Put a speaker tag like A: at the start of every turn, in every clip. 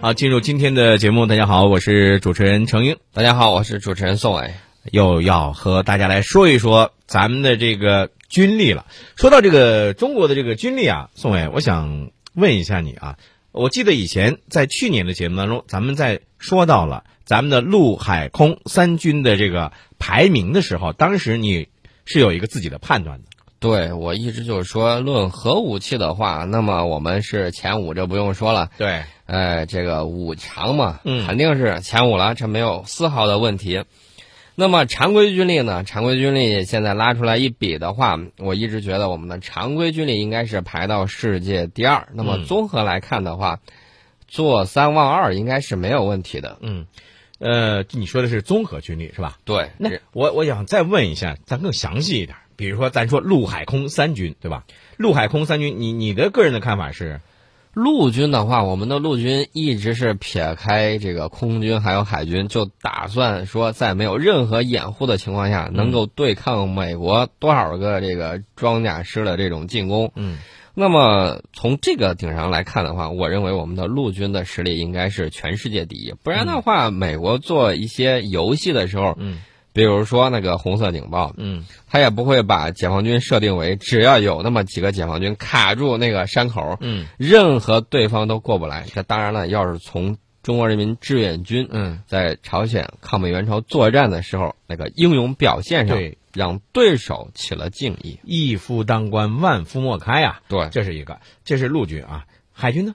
A: 好，进入今天的节目。大家好，我是主持人程英，
B: 大家好，我是主持人宋伟。
A: 又要和大家来说一说咱们的这个军力了。说到这个中国的这个军力啊，宋伟，我想问一下你啊，我记得以前在去年的节目当中，咱们在说到了咱们的陆海空三军的这个排名的时候，当时你是有一个自己的判断的。
B: 对我一直就是说，论核武器的话，那么我们是前五，这不用说了。
A: 对，
B: 呃，这个五常嘛，
A: 嗯
B: 肯定是前五了，这没有丝毫的问题。那么常规军力呢？常规军力现在拉出来一比的话，我一直觉得我们的常规军力应该是排到世界第二。那么
A: 嗯
B: 综合来看的话，做三望二应该是没有问题的。
A: 嗯，呃，你说的是综合军力是吧？
B: 对，
A: 那我我想再问一下，咱更详细一点，比如说咱说陆海空三军，对吧？陆海空三军，你你的个人的看法是？
B: 陆军的话，我们的陆军一直是撇开这个空军还有海军，就打算说在没有任何掩护的情况下，能够对抗美国多少个这个装甲师的这种进攻。
A: 嗯，
B: 那么从这个顶上来看的话，我认为我们的陆军的实力应该是全世界第一。不然的话，美国做一些游戏的时候，
A: 嗯，
B: 比如说那个红色警报，
A: 嗯
B: 他也不会把解放军设定为只要有那么几个解放军卡住那个山口，
A: 嗯
B: 任何对方都过不来。这当然了，要是从中国人民志愿军
A: 嗯，
B: 在朝鲜抗美援朝作战的时候那个英勇表现上，
A: 对，
B: 让对手起了敬意。
A: 一夫当关，万夫莫开啊，
B: 对，
A: 这是一个，这是陆军啊，海军呢？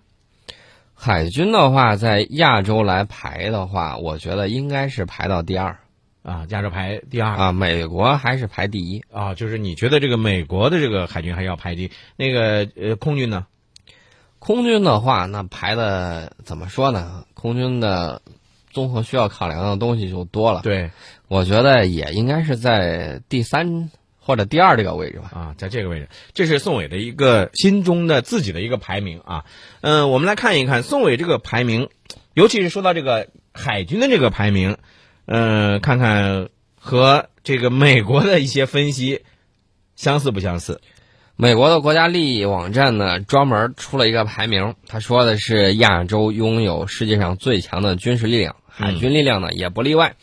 B: 海军的话，在亚洲来排的话，我觉得应该是排到第二
A: 啊，亚洲排第二
B: 啊，美国还是排第一。
A: 啊，就是你觉得这个美国的这个海军还要排第那个呃空军呢？
B: 空军的话，那排的怎么说呢？空军的综合需要考量的东西就多了，
A: 对
B: 我觉得也应该是在第三或者第二这个位置吧。
A: 啊，在这个位置，这是宋伟的一个心中的自己的一个排名啊。嗯、我们来看一看宋伟这个排名，尤其是说到这个海军的这个排名，呃，看看和这个美国的一些分析相似不相似？
B: 美国的国家利益网站呢，专门出了一个排名，他说的是亚洲拥有世界上最强的军事力量，海军力量呢也不例外。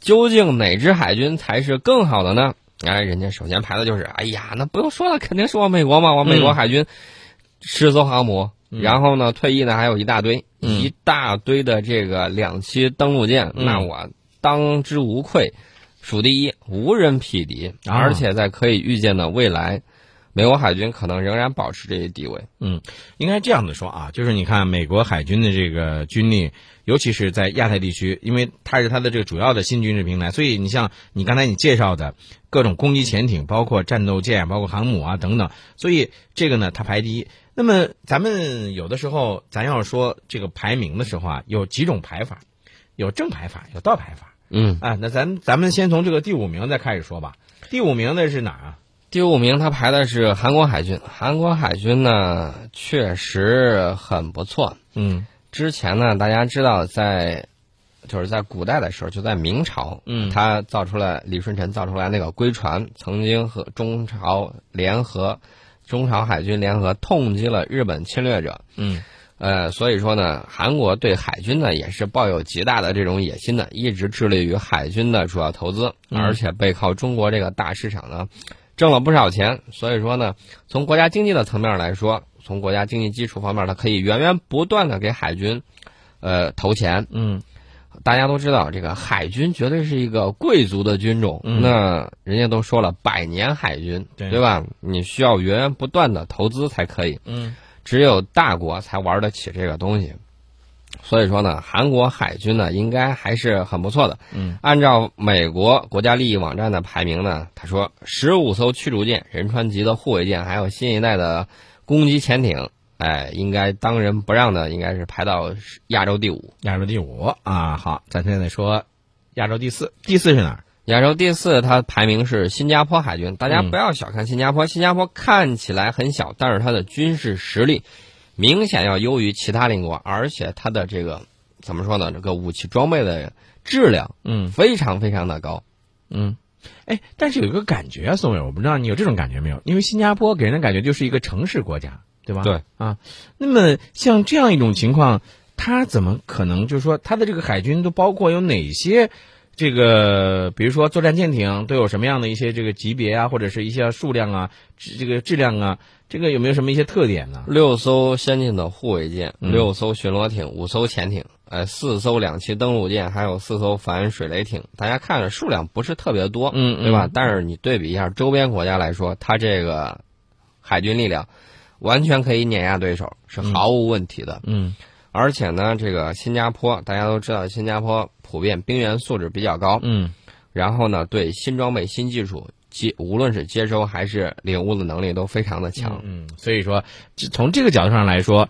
B: 究竟哪支海军才是更好的呢？哎，人家首先排的就是，哎呀，那不用说了，肯定是我美国嘛，我
A: 嗯
B: 美国海军十艘航母，然后呢，退役呢还有一大堆，
A: 嗯
B: 一大堆的这个两栖登陆舰，
A: 嗯
B: 那我当之无愧数第一，无人匹敌，
A: 啊
B: 而且在可以预见的未来。美国海军可能仍然保持这一地位。
A: 应该这样子说啊，就是你看美国海军的这个军力，尤其是在亚太地区，因为它是它的这个主要的新军事平台，所以你像你刚才你介绍的各种攻击潜艇，包括战斗舰、包括航母啊等等，所以这个呢它排第一。那么咱们有的时候咱要说这个排名的时候啊，有几种排法，有正排法，有倒排法
B: 嗯，
A: 啊。那咱咱们先从这个第五名再开始说吧。第五名的是哪儿啊？
B: 第五名他排的是韩国海军。韩国海军呢，确实很不错。
A: 嗯
B: 之前呢，大家知道在，就是在古代的时候，就在明朝，
A: 嗯
B: 他造出了李舜臣造出来那个龟船，曾经和中朝联合，中朝海军联合痛击了日本侵略者。
A: 嗯
B: 呃，所以说呢，韩国对海军呢也是抱有极大的这种野心的，一直致力于海军的主要投资，
A: 嗯
B: 而且背靠中国这个大市场呢，挣了不少钱。所以说呢，从国家经济的层面来说，从国家经济基础方面，它可以源源不断的给海军，呃，投钱。
A: 嗯
B: 大家都知道，这个海军绝对是一个贵族的军种。
A: 嗯
B: 那人家都说了，百年海军，
A: 对
B: 吧？你需要源源不断的投资才可以。
A: 嗯
B: 只有大国才玩得起这个东西。所以说呢，韩国海军呢应该还是很不错的。
A: 嗯，
B: 按照美国国家利益网站的排名呢，他说十五艘驱逐舰、仁川级的护卫舰，还有新一代的攻击潜艇，哎，应该当仁不让的，应该是排到亚洲第五。
A: 亚洲第五啊，好，咱现在说亚洲第四，第四是哪儿？
B: 亚洲第四，它排名是新加坡海军。大家
A: 嗯
B: 不要小看新加坡，新加坡看起来很小，但是它的军事实力明显要优于其他邻国，而且它的这个怎么说呢？这个武器装备的质量
A: 嗯
B: 非常非常的高。
A: 嗯，哎，但是有一个感觉啊，宋伟，我不知道你有这种感觉没有？因为新加坡给人的感觉就是一个城市国家，对吧？
B: 对
A: 啊，那么像这样一种情况，他怎么可能就是说他的这个海军都包括有哪些？这个比如说作战舰艇都有什么样的一些这个级别啊，或者是一些数量啊、质这个质量啊，这个有没有什么一些特点呢？
B: 六艘先进的护卫舰，
A: 嗯
B: 六艘巡逻艇，五艘潜艇，呃，四艘两栖登陆舰，还有四艘反水雷艇。大家看着数量不是特别多，
A: 嗯嗯
B: 对吧？但是你对比一下周边国家来说，它这个海军力量完全可以碾压对手，是毫无问题的。
A: 嗯
B: 而且呢，这个新加坡大家都知道，新加坡普遍兵员素质比较高，
A: 嗯
B: 然后呢，对新装备、新技术接，无论是接收还是领悟的能力都非常的强。
A: 嗯，所以说这从这个角度上来说，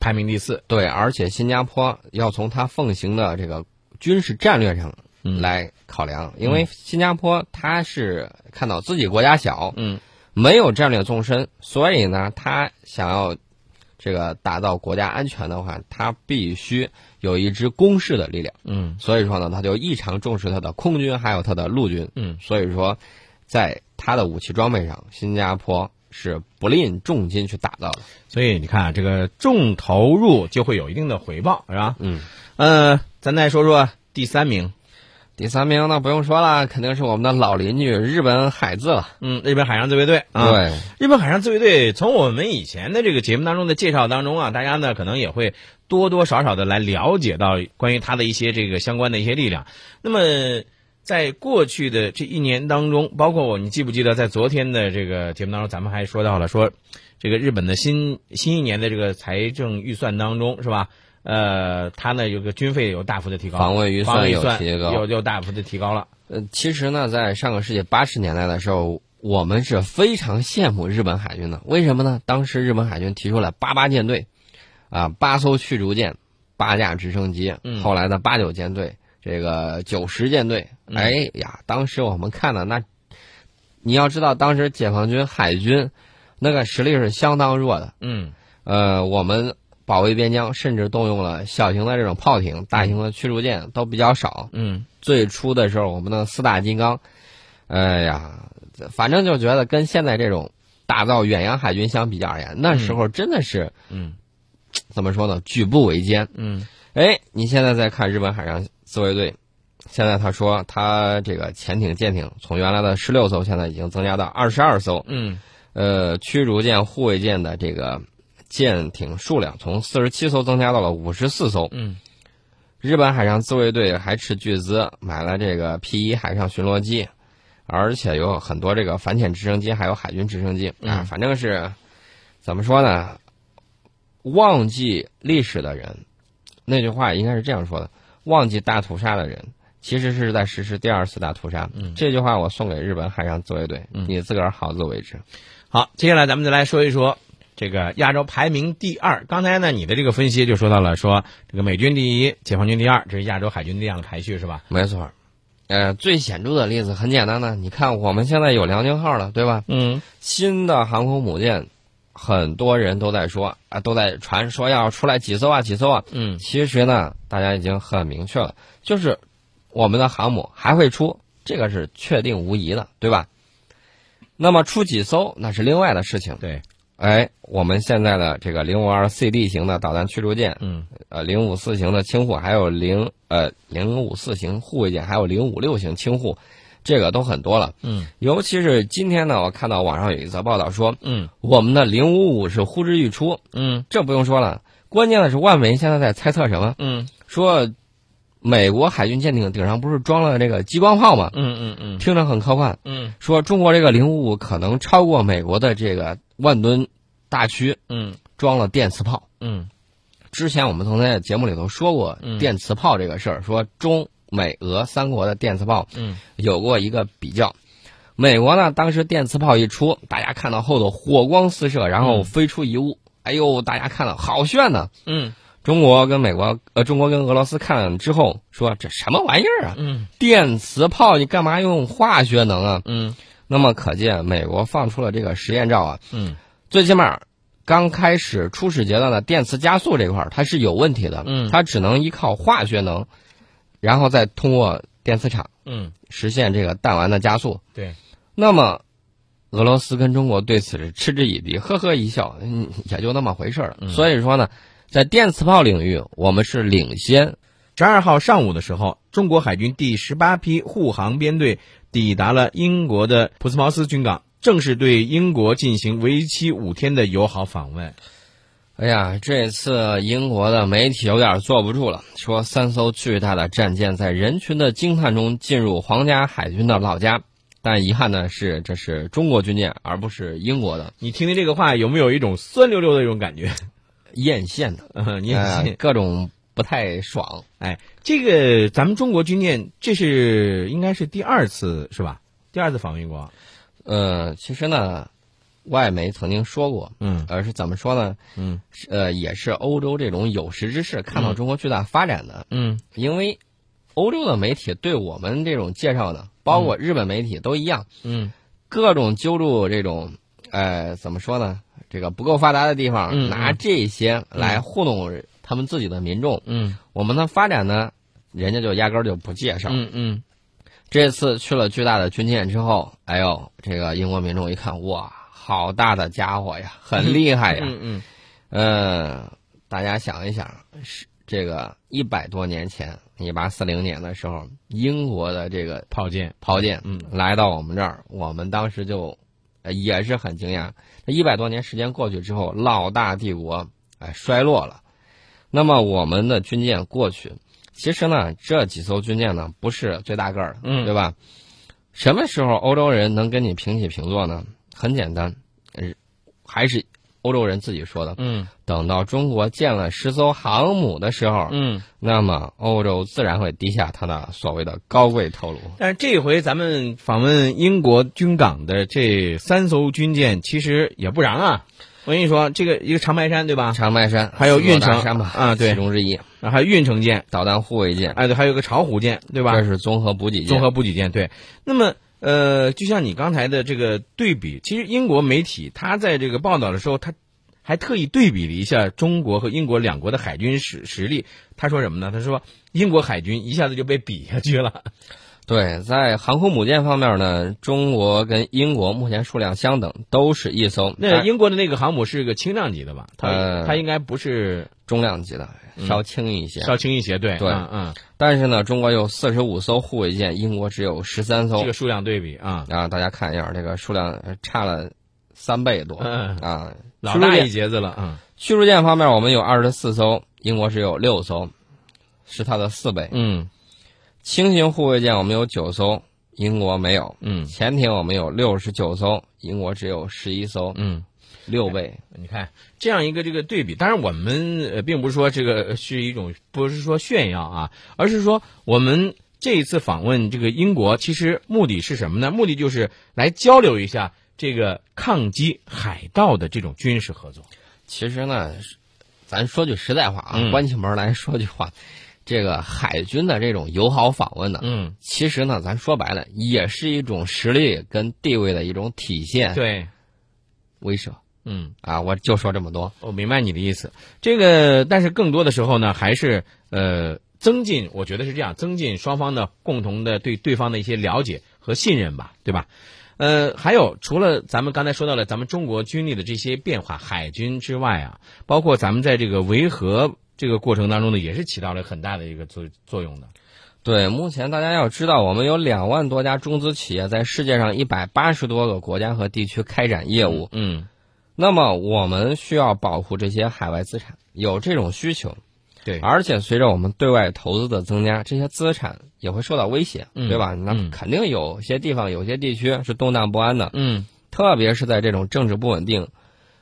A: 排名第四。
B: 对，而且新加坡要从它奉行的这个军事战略上
A: 嗯
B: 来考量，因为新加坡它是看到自己国家小，
A: 嗯，
B: 没有战略纵深，所以呢，它想要这个打造国家安全的话，它必须有一支攻势的力量。
A: 嗯
B: 所以说呢，他就异常重视他的空军还有他的陆军。
A: 嗯
B: 所以说，在他的武器装备上，新加坡是不吝重金去打造的。
A: 所以你看啊，这个重投入就会有一定的回报，是吧？
B: 嗯，
A: 呃，咱再说说第三名，
B: 第三名那不用说了，肯定是我们的老邻居日本海自了。
A: 嗯，日本海上自卫队啊，
B: 对，
A: 日本海上自卫队，从我们以前的这个节目当中的介绍当中啊，大家呢可能也会多多少少的来了解到关于它的一些这个相关的一些力量。那么在过去的这一年当中，包括我，你记不记得在昨天的这个节目当中，咱们还说到了说，这个日本的新新一年的这个财政预算当中是吧？呃，它呢有个军费有大幅的提高，
B: 防卫预
A: 防
B: 算
A: 卫
B: 有
A: 算
B: 提高。
A: 有有大幅的提高了。
B: 呃，其实呢，在上个世纪八十年代的时候，我们是非常羡慕日本海军的。为什么呢？当时日本海军提出了八八舰队，啊，八艘驱逐舰，八架直升机，
A: 嗯
B: 后来的八九舰队，这个九十舰队。
A: 嗯
B: 哎呀，当时我们看的那，你要知道，当时解放军海军那个实力是相当弱的。
A: 嗯
B: 呃，我们保卫边疆，甚至动用了小型的这种炮艇，大型的驱逐舰都比较少。
A: 嗯
B: 最初的时候，我们的四大金刚，哎呀，反正就觉得跟现在这种打造远洋海军相比较而言，那时候真的是
A: 嗯
B: 怎么说呢？举步维艰。
A: 嗯
B: 哎，你现在再看日本海上自卫队，现在他说他这个潜艇、舰艇从原来的十六艘，现在已经增加到二十二艘。
A: 嗯
B: 呃，驱逐舰、护卫舰的这个舰艇数量从四十七艘增加到了五十四艘。
A: 嗯
B: 日本海上自卫队还斥巨资买了这个 P 一海上巡逻机，而且有很多这个反潜直升机，还有海军直升机
A: 嗯
B: 啊，反正是怎么说呢？忘记历史的人，那句话应该是这样说的：忘记大屠杀的人，其实是在实施第二次大屠杀。
A: 嗯
B: 这句话我送给日本海上自卫队，
A: 嗯
B: 你自个儿好自为之。
A: 好，接下来咱们再来说一说这个亚洲排名第二。刚才呢，你的这个分析就说到了说，这个美军第一，解放军第二，这是亚洲海军力量的排序是吧？
B: 没错儿，呃，最显著的例子很简单呢，你看我们现在有辽宁号了，对吧？
A: 嗯
B: 新的航空母舰，很多人都在说啊，都在传说要出来几艘啊，几艘啊。
A: 嗯
B: 其实呢，大家已经很明确了，就是我们的航母还会出，这个是确定无疑的，对吧？那么出几艘那是另外的事情。
A: 对，
B: 哎，我们现在的这个零五二 CD 型的导弹驱逐舰，
A: 嗯
B: 呃，零五四型的轻护，还有零呃零五四型护卫舰，还有零五六型轻护，这个都很多了。
A: 嗯
B: 尤其是今天呢，我看到网上有一则报道说，
A: 嗯
B: 我们的零五五是呼之欲出，
A: 嗯
B: 这不用说了。关键的是，外媒现在在猜测什么？
A: 嗯
B: 说美国海军舰艇顶上不是装了这个激光炮吗？
A: 嗯嗯
B: 听着很科幻。
A: 嗯
B: 说中国这个零五五可能超过美国的这个万吨大驱，
A: 嗯
B: 装了电磁炮。
A: 嗯
B: 之前我们曾在节目里头说过
A: 嗯
B: 电磁炮这个事儿，说中美俄三国的电磁炮
A: 嗯
B: 有过一个比较。美国呢，当时电磁炮一出，大家看到后头火光四射，然后飞出一物，哎呦，大家看了好炫呐！
A: 嗯
B: 中国跟美国，呃，中国跟俄罗斯看了之后说这什么玩意 儿啊？
A: 嗯
B: 电磁炮你干嘛用化学能啊？
A: 嗯
B: 那么可见，美国放出了这个实验照啊，
A: 嗯
B: 最起码刚开始初始阶段的电磁加速这块儿它是有问题的，
A: 嗯
B: 它只能依靠化学能，然后再通过电磁场。
A: 嗯，
B: 实现这个弹丸的加速。
A: 对，
B: 那么俄 罗斯跟中国对此是嗤之以鼻，呵呵一笑，嗯，也就那么回事儿了。所以说呢，在电磁炮领域，我们是领先。
A: 十二号上午的时候，中国海军第十八批护航编队抵达了英国的普斯茅斯军港，正式对英国进行为期五天的友好访问。
B: 哎呀，这次英国的媒体有点坐不住了，说三艘巨大的战舰在人群的惊叹中进入皇家海军的老家，但遗憾的是，这是中国军舰，而不是英国的
A: 你听听这个话，有没有一种酸溜溜的一种感觉？
B: 艳羡的，
A: 嗯，你
B: 哎
A: 也信？
B: 各种不太爽。
A: 哎，这个咱们中国军舰，这是应该是第二次是吧？第二次访问英国，
B: 呃，其实呢，外媒曾经说过，
A: 嗯
B: 而是怎么说呢？
A: 嗯
B: 是呃，也是欧洲这种有识之士看到中国巨大发展的，
A: 嗯
B: 因为欧洲的媒体对我们这种介绍呢，包括日本媒体都一样，
A: 嗯
B: 各种揪住这种，呃，怎么说呢？这个不够发达的地方，
A: 嗯
B: 拿这些来糊弄他们自己的民众。
A: 嗯
B: 我们的发展呢，人家就压根儿就不介绍。
A: 嗯嗯，
B: 这次去了巨大的军舰之后，哎呦，这个英国民众一看，哇，好大的家伙呀，很厉哎害呀！
A: 嗯嗯
B: 嗯，大家想一想，是这个一百多年前，一八四零年的时候，英国的这个
A: 炮舰，
B: 炮舰，
A: 嗯，
B: 来到我们这儿，我们当时就，呃也是很惊讶。这一百多年时间过去之后，老大帝国哎衰落了，那么我们的军舰过去，其实呢，这几艘军舰呢不是最大个儿的，
A: 嗯
B: 对吧？什么时候欧洲人能跟你平起平坐呢？很简单，呃还是欧洲人自己说的，
A: 嗯
B: 等到中国建了十艘航母的时候，
A: 嗯。
B: 那么欧洲自然会低下它的所谓的高贵头颅。
A: 但是这回咱们访问英国军港的这三艘军舰，其实也不然啊。我跟你说，这个一个长白山对吧？
B: 长白山
A: 还有运城
B: 四座大山吧，
A: 啊对
B: 其中之一，
A: 啊还有运城舰，
B: 导弹护卫舰，
A: 哎对，还有个巢湖舰对吧？
B: 这是综合补给舰。
A: 综合补给舰对。那么呃，就像你刚才的这个对比，其实英国媒体他在这个报道的时候，他还特意对比了一下中国和英国两国的海军实实力。他说什么呢？他说英国海军一下子就被比下去了。
B: 对，在航空母舰方面呢，中国跟英国目前数量相等，都是一艘
A: 那
B: 哎
A: 英国的那个航母是个轻量级的吧？它、
B: 呃
A: 它应该不是
B: 中量级的，稍轻一些。
A: 嗯稍轻一些，对
B: 对
A: 嗯嗯，
B: 但是呢，中国有四十五艘护卫舰，英国只有十三艘
A: 这个数量对比啊，
B: 啊。大家看一下，这个数量呃差了三倍多
A: 嗯
B: 啊。
A: 老
B: 驱逐
A: 大
B: 舰
A: 一截子了啊，
B: 驱逐舰方面，我们有二十四艘，英国只有六艘，是它的四倍。
A: 嗯
B: 轻型护卫舰我们有九艘，英国没有；
A: 嗯
B: 潜艇我们有六十九艘，英国只有十一艘，
A: 嗯。
B: 六倍。
A: 你看这样一个这个对比，当然我们呃并不是说这个呃是一种不是说炫耀啊，而是说我们这一次访问这个英国，其实目的是什么呢？目的就是来交流一下这个抗击海盗的这种军事合作。
B: 其实呢，是咱说句实在话啊，
A: 嗯
B: 关起门来说句话，这个海军的这种友好访问呢，
A: 嗯，
B: 其实呢，咱说白了，也是一种实力跟地位的一种体现。
A: 对，
B: 威慑
A: 嗯。
B: 啊，我就说这么多。
A: 我哦明白你的意思，这个但是更多的时候呢，还是呃增进，我觉得是这样，增进双方的共同的对对方的一些了解和信任吧，对吧？呃，还有除了咱们刚才说到了咱们中国军力的这些变化，海军之外啊，包括咱们在这个维和这个过程当中呢，也是起到了很大的一个作作用的。
B: 对，目前大家要知道，我们有两万多家中资企业在世界上一百八十多个国家和地区开展业务。
A: 嗯，
B: 那么我们需要保护这些海外资产，有这种需求，
A: 对，
B: 而且随着我们对外投资的增加，这些资产也会受到威胁，
A: 嗯
B: 对吧？那
A: 嗯
B: 肯定有些地方、有些地区是动荡不安的，
A: 嗯，
B: 特别是在这种政治不稳定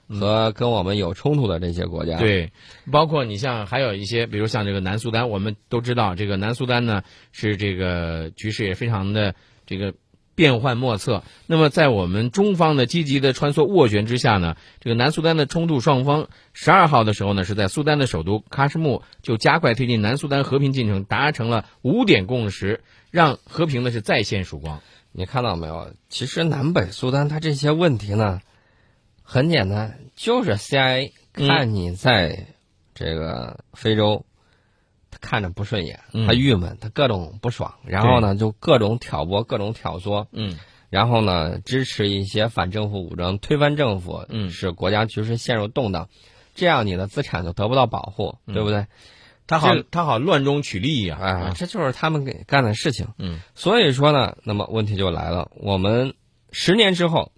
B: 和跟我们有冲突的这些国家。，
A: 对，包括你像还有一些，比如像这个南苏丹，我们都知道这个南苏丹呢是这个局势也非常的这个变幻莫测。那么在我们中方的积极的穿梭斡旋之下呢，这个南苏丹的冲突双方十二号的时候呢是在苏丹的首都喀什木就加快推进南苏丹和平进程，达成了五点共识，让和平呢是再现曙光。
B: 你看到没有？其实南北苏丹它这些问题呢，很简单，就是 CIA
A: 嗯
B: 看你在这个非洲，他看着不顺眼，
A: 嗯
B: 他郁闷，他各种不爽，然后呢就各种挑拨，各种挑唆，
A: 嗯
B: 然后呢支持一些反政府武装推翻政府，
A: 嗯
B: 使国家局势陷入动荡。这样你的资产就得不到保护，
A: 嗯
B: 对不对？
A: 他好
B: 这
A: 他好乱中取利呀、
B: 啊，这就是他们给干的事情。
A: 嗯，
B: 所以说呢，那么问题就来了，我们十年之后，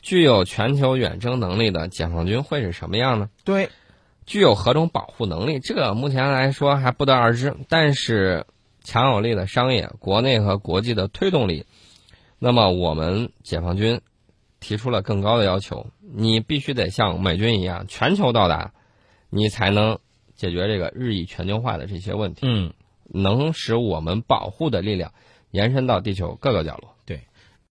B: 具有全球远征能力的解放军会是什么样呢？
A: 对，
B: 具有何种保护能力？这个目前来说还不得而知。但是强有力的商业、国内和国际的推动力，那么我们解放军提出了更高的要求，你必须得像美军一样全球到达，你才能解决这个日益全球化的这些问题。
A: 嗯，
B: 能使我们保护的力量延伸到地球各个角落。